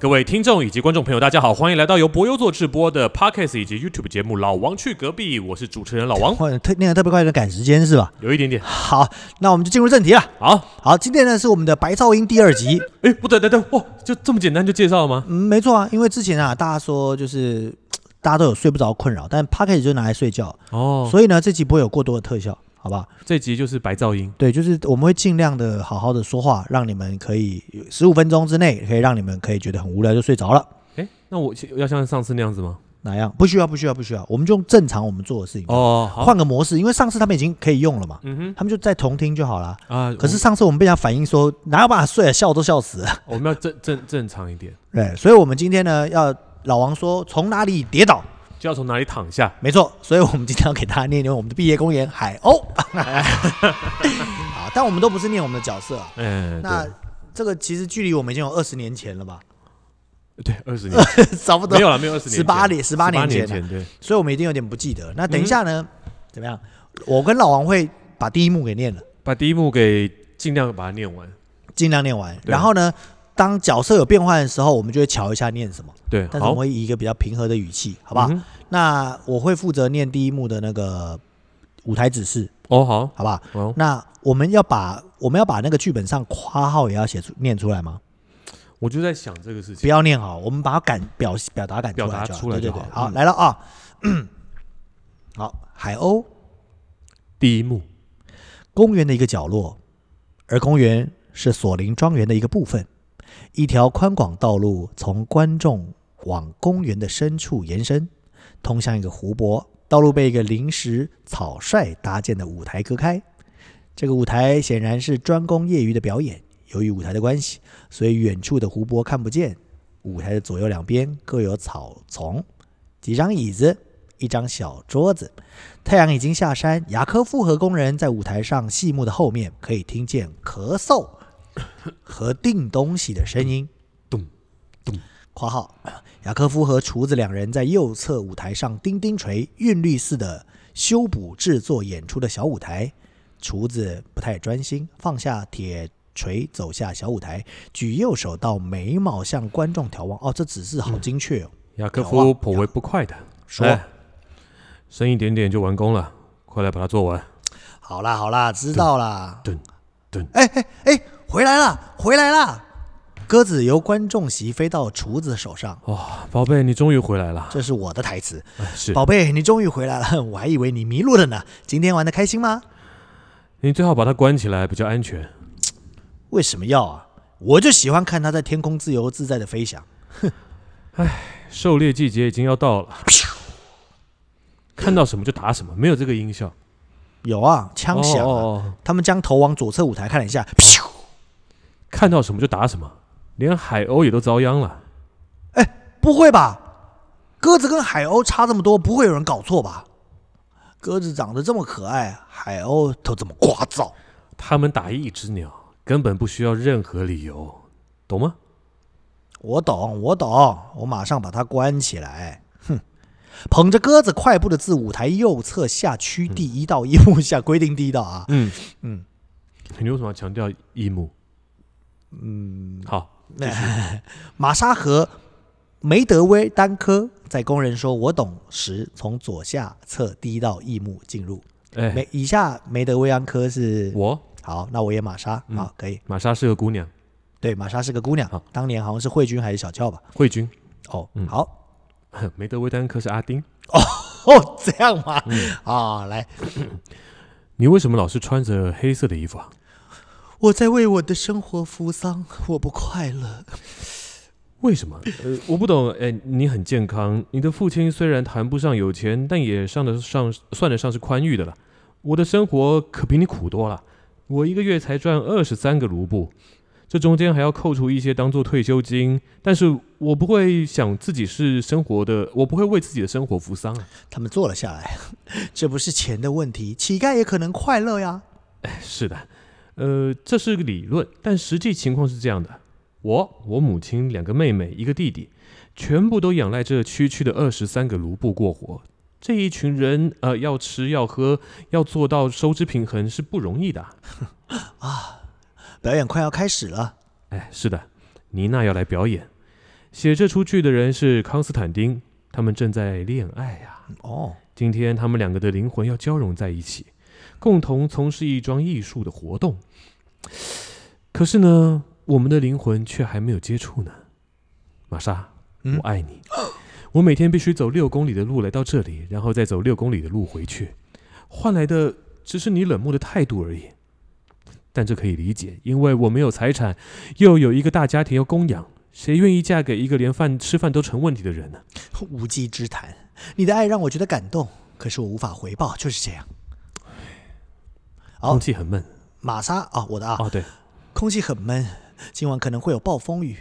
各位听众以及观众朋友，大家好，欢迎来到由博优做直播的 Podcast 以及 YouTube 节目《老王去隔壁》，我是主持人老王，或者特念得特别快的赶时间是吧？有一点点好，那我们就进入正题了。好，好，今天呢是我们的白噪音第二集。哎，不对，等等，哇，就这么简单就介绍了吗？嗯，没错啊，因为之前啊大家说就是大家都有睡不着困扰，但 p a c k a g e 就拿来睡觉，哦，所以呢这集不会有过多的特效，好吧？这集就是白噪音，对，就是我们会尽量的好好的说话，让你们可以十五分钟之内可以让你们可以觉得很无聊就睡着了。哎，那我要像上次那样子吗？哪样？不需要，不需要，不需要，我们就用正常我们做的事情，哦，好，换个模式，因为上次他们已经可以用了嘛，嗯他们就再重听就好啦。哼，啊，可是上次我们被人家反映说哪有办法睡啊，笑都笑死了。 我我们要正正正常一点，对，所以我们今天呢要老王说从哪里跌倒，就要从哪里躺下。没错，所以我们今天要给大家念念我们的毕业公演《海鸥》。 好，但我们都不是念我们的角色、啊，嗯，那这个其实距离我们已经有二十年前 了吧，对对，二 十年前差不多没，有了，没有二十年前， 18年18年年前前，对，所以我们一定有点不记得。那等一下嗯呢，怎么样？我跟老王会把第一幕给念了，把第一幕给尽量把它念完。尽量念完。对然后呢，当角色有变换的时候，我们就会瞧一下念什么，对，但是我好们，会以一个比较平和的语气，好不好？嗯哼那我会负责念第一幕的那个舞台指示，哦，好，好不好？好，那我们要把我们要把那个剧本上括号也要写出念出来吗？我就在想这个事不情。要念好，我们把它感表表达感表达出出来来就就好，对对好对，好，嗯来了啊， 好，海鸥第一幕，公园的一个角落，而公园是索林庄园的一个部分，一条宽广道路从观众往公园的深处延伸，通向一个湖泊。道路被一个临时草率搭建的舞台隔开，这个舞台显然是专攻业余的表演。由于舞台的关系，所以远处的湖泊看不见。舞台的左右两边各有草丛、几张椅子、一张小桌子。太阳已经下山，牙科复合工人在舞台上戏幕的后面可以听见 咳嗽和订东西的声音。咚咚。 （括号）雅科夫和厨子两人在右侧舞台上钉钉锤，韵律似的修补制作演出的小舞台。厨子不太专心，放下铁锤走下小舞台，举右手到眉毛向观众眺望。哦，这指示好精确哦。雅科夫好啊颇为不快的说嗯哎深一点点就完工了，快来把它做完。好啦好啦，知道啦。顿顿哎哎哎，回来啦回来啦！鸽子由观众席飞到厨子手上，哇、宝贝，你终于回来了。这是我的台词。哎是宝贝，你终于回来了， 我还以为你迷路了呢。今天玩的开心吗？你最好把它关起来，比较安全。为什么要啊？我就喜欢看它在天空自由自在的飞翔。狩猎季节已经要到了，看到什么就打什么，没有这个音效。有啊，枪响、啊，哦哦哦他们将头往左侧舞台看了一下，咻！看到什么就打什么，连海鸥也都遭殃了。哎不会吧？鸽子跟海鸥差这么多，不会有人搞错吧？鸽子长得这么可爱，海鸥都这么聒噪。他们打一只鸟，根本不需要任何理由，懂吗？我懂，我懂，我马上把它关起来。哼，捧着鸽子快步的自舞台右侧下区第一道，一幕下 规定第一道啊，嗯嗯，你为什么要强调一幕？嗯，好，马沙和梅德威丹科在工人说“我懂”时，从左下侧第一道一幕进入。哎，梅以下梅德威安科是我好，那我也玛莎、好，可以。玛莎是个姑娘，对，玛莎是个姑好娘，当年好像是慧君还是小俏吧？慧君，哦，嗯好， 梅德维丹克是阿丁。哦，这样吗？啊、嗯来，你为什么老是穿着黑色的衣服啊？我在为我的生活扶桑，我不快乐。为什么？呃，我不懂。哎，你很健康，你的父亲虽然谈不上有钱，但也上得上算得上是宽裕的了。我的生活可比你苦多了，我一个月才赚二十三个卢布，这中间还要扣除一些当做退休金。但是我不会想自己是生活的，我不会为自己的生活扶丧啊。他们坐了下来， 这不是钱的问题，乞丐也可能快乐呀。是的，呃，这是个理论，但实际情况是这样的：我、我母亲、两个妹妹、一个弟弟，全部都仰赖这区区的二十三个卢布过活。这一群人，呃，要吃要喝，要做到收支平衡是不容易的啊。表演快要开始了，哎，是的，妮娜要来表演，写这出剧的人是康斯坦丁，他们正在恋爱啊呀、哦，今天他们两个的灵魂要交融在一起，共同从事一桩艺术的活动。可是呢，我们的灵魂却还没有接触呢。玛莎，嗯我爱你。我每天必须走六公里的路来到这里，然后再走六公里的路回去，换来的只是你冷漠的态度而已。但这可以理解，因为我没有财产，又有一个大家庭要供养，谁愿意嫁给一个连饭吃饭都成问题的人呢？无稽之谈。你的爱让我觉得感动，可是我无法回报，就是这样。好空气很闷玛莎啊，我的哦啊，哦，对，空气很闷，今晚可能会有暴风雨。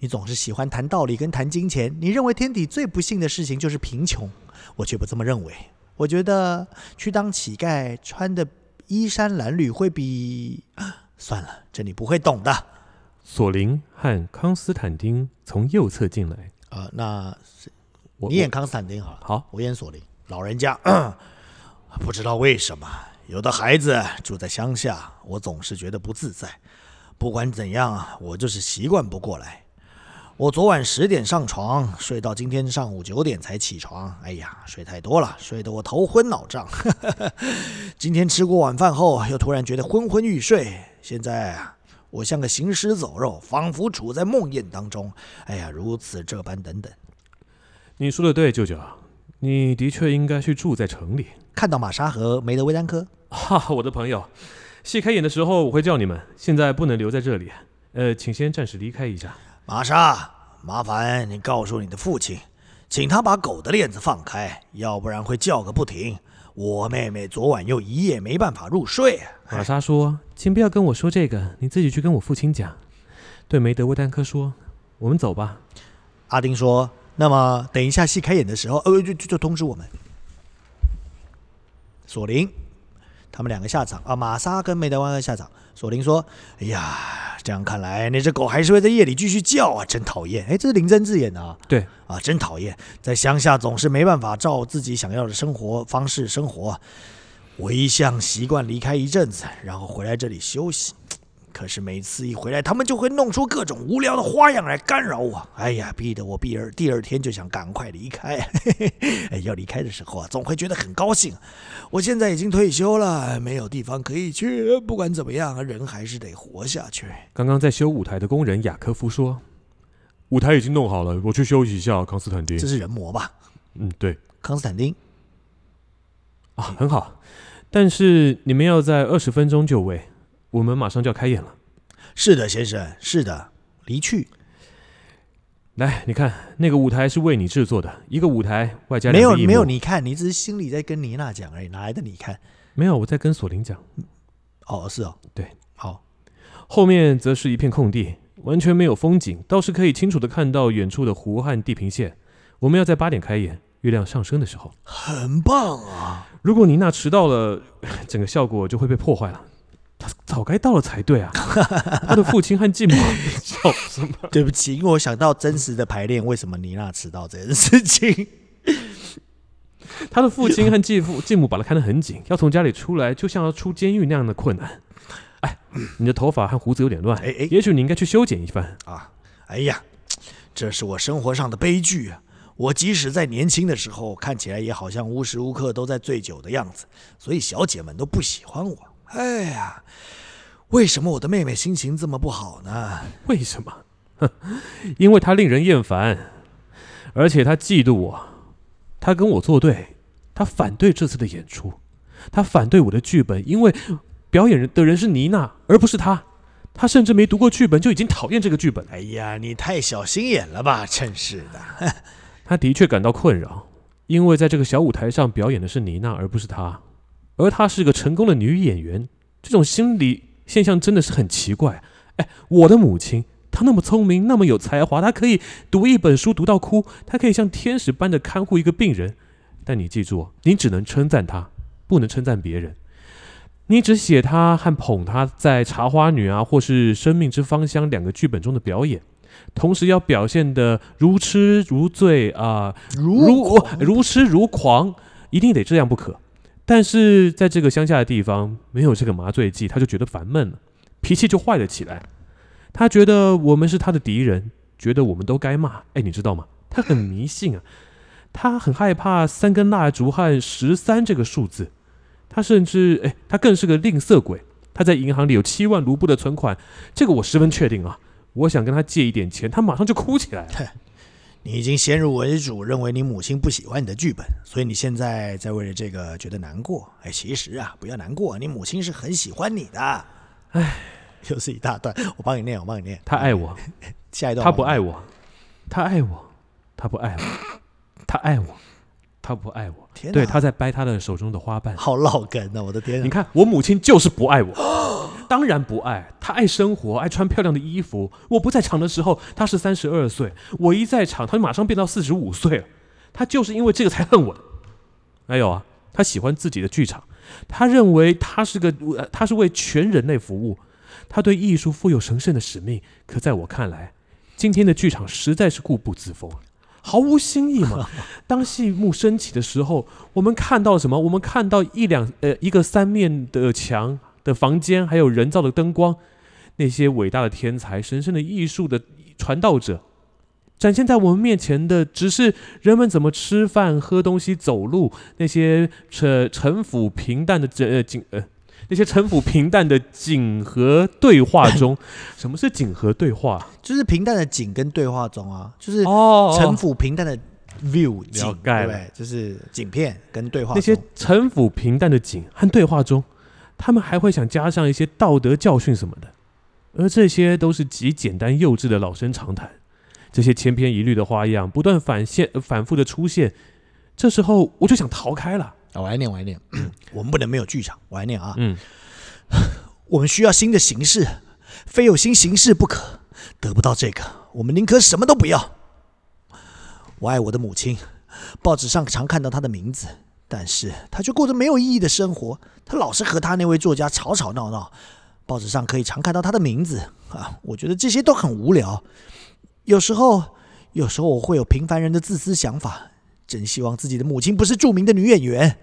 你总是喜欢谈道理跟谈金钱，你认为天底最不幸的事情就是贫穷，我却不这么认为。我觉得去当乞丐，穿的衣衫褴褛会比……算了，这你不会懂的。索林和康斯坦丁从右侧进来。呃，那我你演康斯坦丁好了。我好，我演索林，老人家，不知道为什么，有的孩子住在乡下，我总是觉得不自在。不管怎样啊，我就是习惯不过来。我昨晚十点上床，睡到今天上午九点才起床。哎呀，睡太多了，睡得我头昏脑胀。 今天吃过晚饭后，又突然觉得昏昏欲睡。现在啊我像个行尸走肉，仿佛处在梦魇当中。哎呀，如此这般等等。你说的对，舅舅，你的确应该去住在城里。 看到玛莎和梅德韦丹科，哈、哈，我的朋友，戏开演的时候我会叫你们，现在不能留在这里，呃，请先暂时离开一下。玛莎，麻烦你告诉你的父亲，请他把狗的链子放开，要不然会叫个不停。我妹妹昨晚又一夜没办法入睡。啊玛莎说：“请不要跟我说这个，你自己去跟我父亲讲。”对梅德韦丹科说：“我们走吧。阿丁说：“那么等一下戏开演的时候，呃，就就就通知我们。”索林，他们两个下场啊，玛莎跟梅德湾下场。索林说：“哎呀，这样看来，那只狗还是会在夜里继续叫啊，真讨厌！哎，这是林真自演的啊。”对，啊，真讨厌，在乡下总是没办法照自己想要的生活方式生活。我一向习惯离开一阵子，然后回来这里休息。可是每次一回来，他们就会弄出各种无聊的花样来干扰我。哎呀，逼得我第二第二天就想赶快离开。 哎，要离开的时候啊，总会觉得很高兴。我现在已经退休了，没有地方可以去。不管怎么样，人还是得活下去。刚刚在修舞台的工人雅科夫说：“舞台已经弄好了，我去休息一下。”康斯坦丁这是人魔吧，嗯，对康斯坦丁？啊，很好，但是你们要在二十分钟就位，我们马上就要开演了。是的，先生，是的，离去。来，你看那个舞台是为你制作的，一个舞台外加没两有个荧幕没有，你看，你只是心里在跟妮娜讲而已，哪来的你看？没有，我在跟索林讲。哦，是哦，对，好，后面则是一片空地，完全没有风景，倒是可以清楚的看到远处的湖和地平线。我们要在八点开演，月亮上升的时候。很棒啊！如果妮娜迟到了，整个效果就会被破坏了。她早该到了才 对啊！她的父亲和继母啊笑什么？对不起，因为我想到真实的排练，为什么妮娜迟到这件事情。 她的父亲和继父、继母把她看得很紧，要从家里出来，就像要出监狱那样的困难。哎，你的头发和胡子有点乱，哎哎也许你应该去修剪一番。啊，哎呀，这是我生活上的悲剧啊！我即使在年轻的时候，看起来也好像无时无刻都在醉酒的样子，所以小姐们都不喜欢我。哎呀，为什么我的妹妹心情这么不好呢？为什么？ 哼，因为他令人厌烦，而且他嫉妒我，他跟我作对，他反对这次的演出，他反对我的剧本，因为表演人的人是妮娜，而不是他。他甚至没读过剧本就已经讨厌这个剧本了。哎呀，你太小心眼了吧！真是的，他的确感到困扰，因为在这个小舞台上表演的是妮娜，而不是他，而她是个成功的女演员。这种心理现象真的是很奇怪。哎，我的母亲，她那么聪明，那么有才华，她可以读一本书读到哭，她可以像天使般的看护一个病人。但你记住，你只能称赞她，不能称赞别人。你只写她和捧她在《茶花女》啊，或是《生命之芳香》两个剧本中的表演，同时要表现的如痴如醉啊、如狂如痴如狂，一定得这样不可。但是在这个乡下的地方，没有这个麻醉剂，他就觉得烦闷了，脾气就坏了起来。他觉得我们是他的敌人，觉得我们都该骂。哎，你知道吗？他很迷信啊，他很害怕三根蜡烛和十三这个数字。他甚至哎，他更是个吝啬鬼。他在银行里有七万卢布的存款，这个我十分确定啊。我想跟他借一点钱，他马上就哭起来了。你已经先入为主，认为你母亲不喜欢你的剧本，所以你现在在为了这个觉得难过。哎，其实啊，不要难过，你母亲是很喜欢你的。哎， 又是一大段，我帮你念，我帮你念。他爱我，下一段他不我帮你爱我，他爱我，他不爱我，他爱我，他不爱我。天哪对，他在掰他的手中的花瓣念，。好老梗啊！我的天你啊，看，我母亲就是不爱我， 当然不爱。她爱生活，爱穿漂亮的衣服。我不在场的时候，她是三十二岁；我一在场，她就马上变到四十五岁了。她就是因为这个才恨我的。还有啊，她喜欢自己的剧场，她认为她是个，呃她是为全人类服务。她对艺术负有神圣的使命。可在我看来，今天的剧场实在是固步自封。毫无新意嘛！当戏幕升起的时候，我们看到了什么？我们看到一两呃一个三面的墙的房间，还有人造的灯光，那些伟大的天才、神圣的艺术的传道者，展现在我们面前的只是人们怎么吃饭、喝东西、走路，那些呃城府平淡的这呃景呃。那些城府平淡的景和对话中，什么是景和对话？就是平淡的景跟对话中啊，就是哦城府平淡的 view 景，了解对了不对？就是景片跟对话那些中城府平淡的景和对话中，他们还会想加上一些道德教训什么的，而这些都是极简单幼稚的老生常谈。这些千篇一律的花样不断反现、呃反复的出现，这时候我就想逃开了。啊我来念，我来念。我们不能没有剧场，我来念啊。嗯， 我们需要新的形式，非有新形式不可。得不到这个，我们宁可什么都不要。我爱我的母亲，报纸上常看到她的名字，但是她却过着没有意义的生活。她老是和她那位作家吵吵闹闹，报纸上可以常看到她的名字啊。我觉得这些都很无聊。有时候，有时候我会有平凡人的自私想法，真希望自己的母亲不是著名的女演员。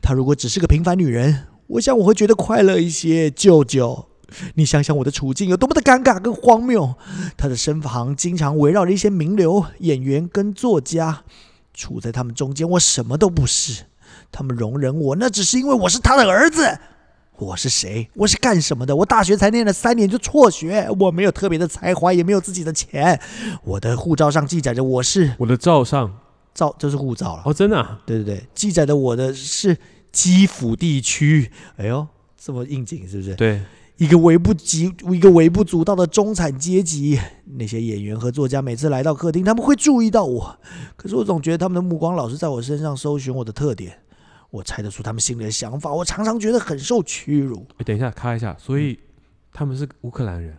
她如果只是个平凡女人，我想我会觉得快乐一些。舅舅，你想想我的处境有多么的尴尬跟荒谬。她的身旁经常围绕着一些名流、演员跟作家，处在他们中间，我什么都不是。他们容忍我，那只是因为我是他的儿子。我是谁？我是干什么的？我大学才念了三年就辍学，我没有特别的才华，也没有自己的钱。我的护照上记载着我是我的照上照，这是护照了。哦，真的、啊，对对对，记载的我的是基辅地区。哎呦，这么应景是不是？对，一个微不及一个微不足道的中产阶级，那些演员和作家每次来到客厅，他们会注意到我，可是我总觉得他们的目光老是在我身上搜寻我的特点。我猜得出他们心里的想法，我常常觉得很受屈辱。哎等一下，咔一下，所嗯以他们是乌克兰人，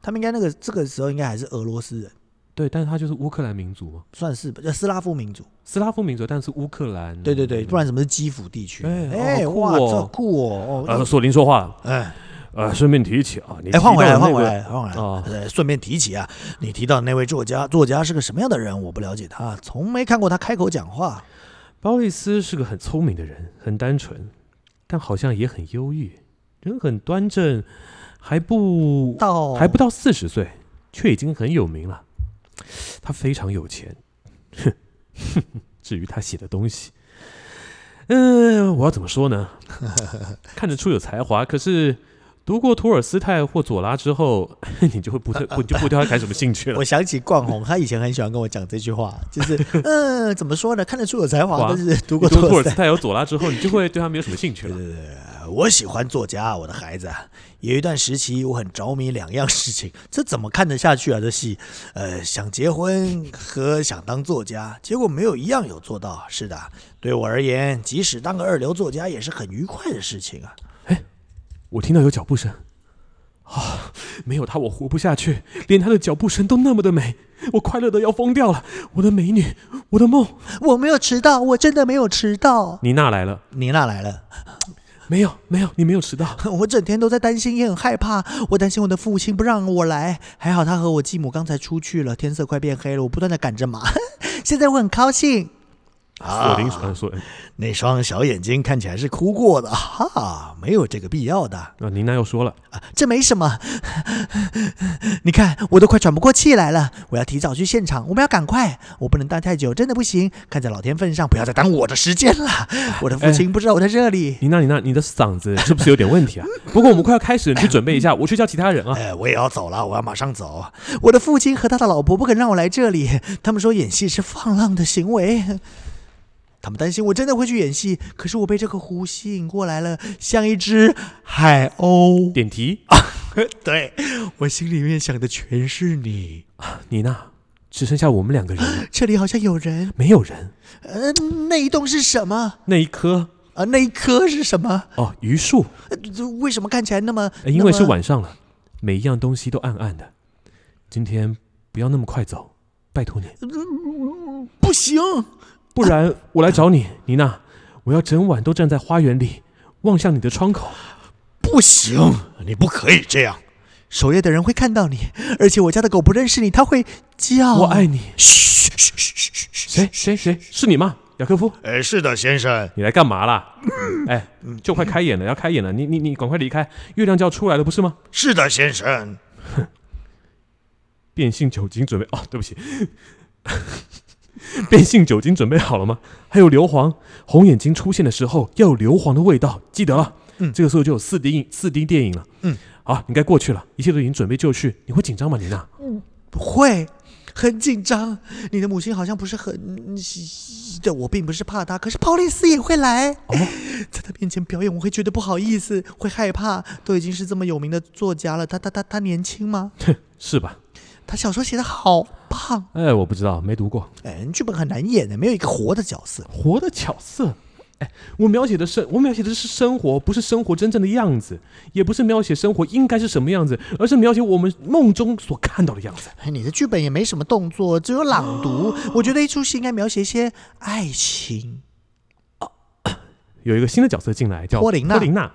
他们应该那个这个时候应该还是俄罗斯人，对，但是他就是乌克兰民族嘛，算是吧，呃斯拉夫民族。斯拉夫民族，但是乌克兰，对对对，不然什么是基辅地区？哎哎、哦酷哇，哦这酷哦！呃，哦索林说话了，哎、呃，顺便提起啊，你哎，换回来，提到换那个回来，换回来。哦呃，顺便提起啊，你提到的那位作家，作家是个什么样的人？我不了解他，从没看过他开口讲话。鲍里斯是个很聪明的人，很单纯，但好像也很忧郁，人很端正，还不到还不到四十岁，却已经很有名了。他非常有钱，哼， 至于他写的东西，嗯、我要怎么说呢？看得出有才华，可是读过托尔斯泰或左拉之后， 你就会不对不你就不对他感什么兴趣了我。想起冠宏，他以前很喜欢跟我讲这句话，就是， 嗯、怎么说呢？看得出有才华，哇但是读你过读托托尔尔斯斯泰。泰有左拉之后，你就会对他没有什么兴趣了。我喜欢作家，我的孩子。啊有一段时期，我很着迷两样事情，这怎么看得下去啊？这戏，呃，想结婚和想当作家，结果没有一样有做到。是的，对我而言，即使当个二流作家也是很愉快的事情啊。我听到有脚步声，啊、啊没有她我活不下去，连她的脚步声都那么的美，我快乐的要疯掉了，我的美女，我的梦。我没有迟到，我真的没有迟到。妮娜来了，妮娜来了， 没有没有，你没有迟到。我整天都在担心，也很害怕。我担心我的父亲不让我来，还好他和我继母刚才出去了，天色快变黑了，我不断的赶着马。 现在我很高兴。索林说说，那双小眼睛看起来是哭过的，哈、没有这个必要的啊，您那又说了，啊，这没什么。 你看，我都快喘不过气来了，我要提早去现场，我们要赶快，我不能待太久，真的不行。看在老天份上，不要再耽误我的时间 了。我的父亲不知道我在这里。您那您那你的嗓子是不是有点问题 啊？不过我们快要开始，你去准备一 下，我去叫其他人啊。哎，我也要走了，我要马上走。我的父亲和他的老婆不肯让我来这里，他们说演戏是放浪的行为。他们担心我真的会去演戏，可是我被这个湖吸引过来了，像一只海鸥。 点题，对我心里面想的全是你。妮娜，只剩下我们两个人了，这里好像有人，没有人。呃，那一栋是什么？那一棵啊、那一棵是什么、哦，榆树，呃这为什么看起来那么？呃因为是那么晚上了，每一样东西都暗暗的。今天不要那么快走，拜托你，不行。不然我来找你，妮娜，我要整晚都站在花园里，望向你的窗口。不行，你不可以这样。守夜的人会看到你，而且我家的狗不认识你，它会叫。我爱你。嘘。嘘嘘嘘嘘嘘谁谁谁是你吗？雅科夫，呃，是的，先生。你来干 嘛啦？哎，就快开演了，要开演了，你你你赶快离开，月亮就要出来了，不是吗？是的，先生。 变性酒精准备哦，对不起， 变性酒精准备好了吗？还有硫磺，红眼睛出现的时候要有硫磺的味道，记得了。嗯这个时候就有四 D 影四 D 电影了。嗯，好，你该过去了，一切都已经准备就绪，你会紧张吗，妮娜？会，很紧张。你的母亲好像不是很喜的，我并不是怕她，可是鲍丽斯也会来。哦，在她面前表演，我会觉得不好意思，会害怕。都已经是这么有名的作家了，她她她她年轻吗？ 是吧？她小说写的好棒，哎，我不知道，没读过。哎，剧本很难演的，没有一个活的角色。活的角色。哎，我描写的生，我描写的是生活，不是生活真正的样子，也不是描写生活应该是什么样子，而是描写我们梦中所看到的样子。哎你的剧本也没什么动作，只有朗读。我觉得一出戏应该描写一些爱情。有一个新的角色进来，叫托琳娜托琳娜，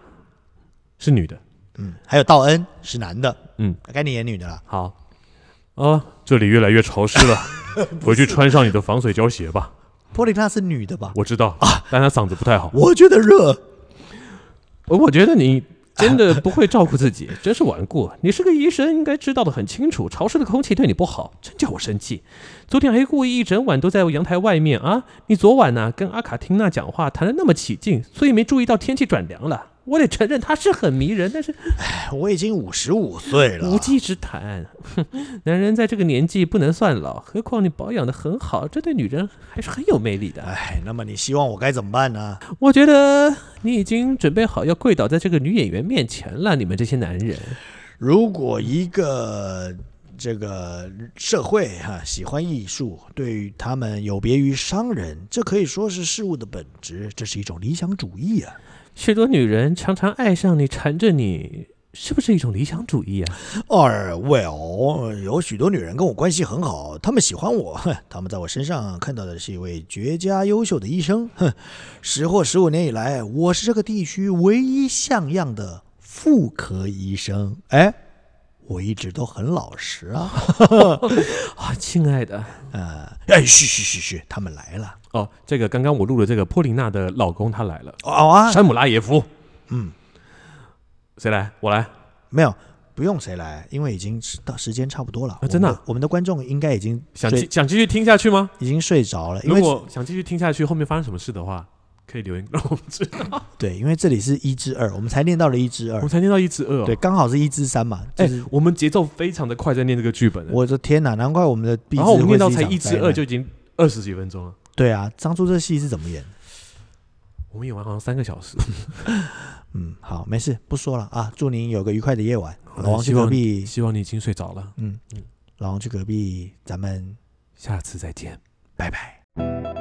是女的。嗯，还有道恩是男的，嗯，该你演女的了。好，啊，这里越来越潮湿 了，回去穿上你的防水胶鞋吧。波琳娜是女的吧？我知道，啊但她嗓子不太好。我觉得热。我我觉得你真的不会照顾自己， 真是顽固。你是个医生，应该知道的很清楚，潮湿的空气对你不好，真叫我生气。昨天还故意一整晚都在阳台外面啊！你昨晚呢、跟阿卡汀娜讲话谈的那么起劲，所以没注意到天气转凉了。我得承认她是很迷人，但是哎我已经五十五岁了，无稽之谈。哼，男人在这个年纪不能算老，何况你保养的很好，这对女人还是很有魅力的。哎，那么你希望我该怎么办呢？我觉得你已经准备好要跪倒在这个女演员面前了，你们这些男人。如果一个这个社会哈、喜欢艺术，对于他们有别于商人，这可以说是事物的本质，这是一种理想主义啊。许多女人常常爱上你，缠着你，是不是一种理想主义啊？二 well，有许多女人跟我关系很好，她们喜欢我， 哼她们在我身上看到的是一位绝佳优秀的医生。 哼，十或十五年以来，我是这个地区唯一像样的妇科医生。哎，我一直都很老实啊。 啊，亲爱的，呃，哎，嘘嘘嘘嘘，他们来了。哦，这个刚刚我录的这个波琳娜的老公他来了，哦啊，山姆拉耶夫。嗯，谁来？我来。没有，不用谁来，因为已经是到时间差不多了。啊真的啊我们我们的观众应该已经想睡继想继续听下去吗？已经睡着了，因如为果想继续听下去，后面发生什么事的话，可以留言让我们知道。对，因为这里是一至二，我们才念到了一至我二们，才念到一至二、哦。对，，刚好是一至三嘛。就哎、是我们节奏非常的快，在念这个剧本。我的天哪，难怪我们的壁纸然后我们会念到是才场一至灾二，难就已经二十几分钟了。对啊。当初这戏是怎么演？我们演完好像三个小时。嗯，好，没事，不说了啊。祝您有个愉快的夜晚。好的老王去希望隔壁，希望你已经睡着了，嗯，老王去隔壁，咱们下次再见。拜拜。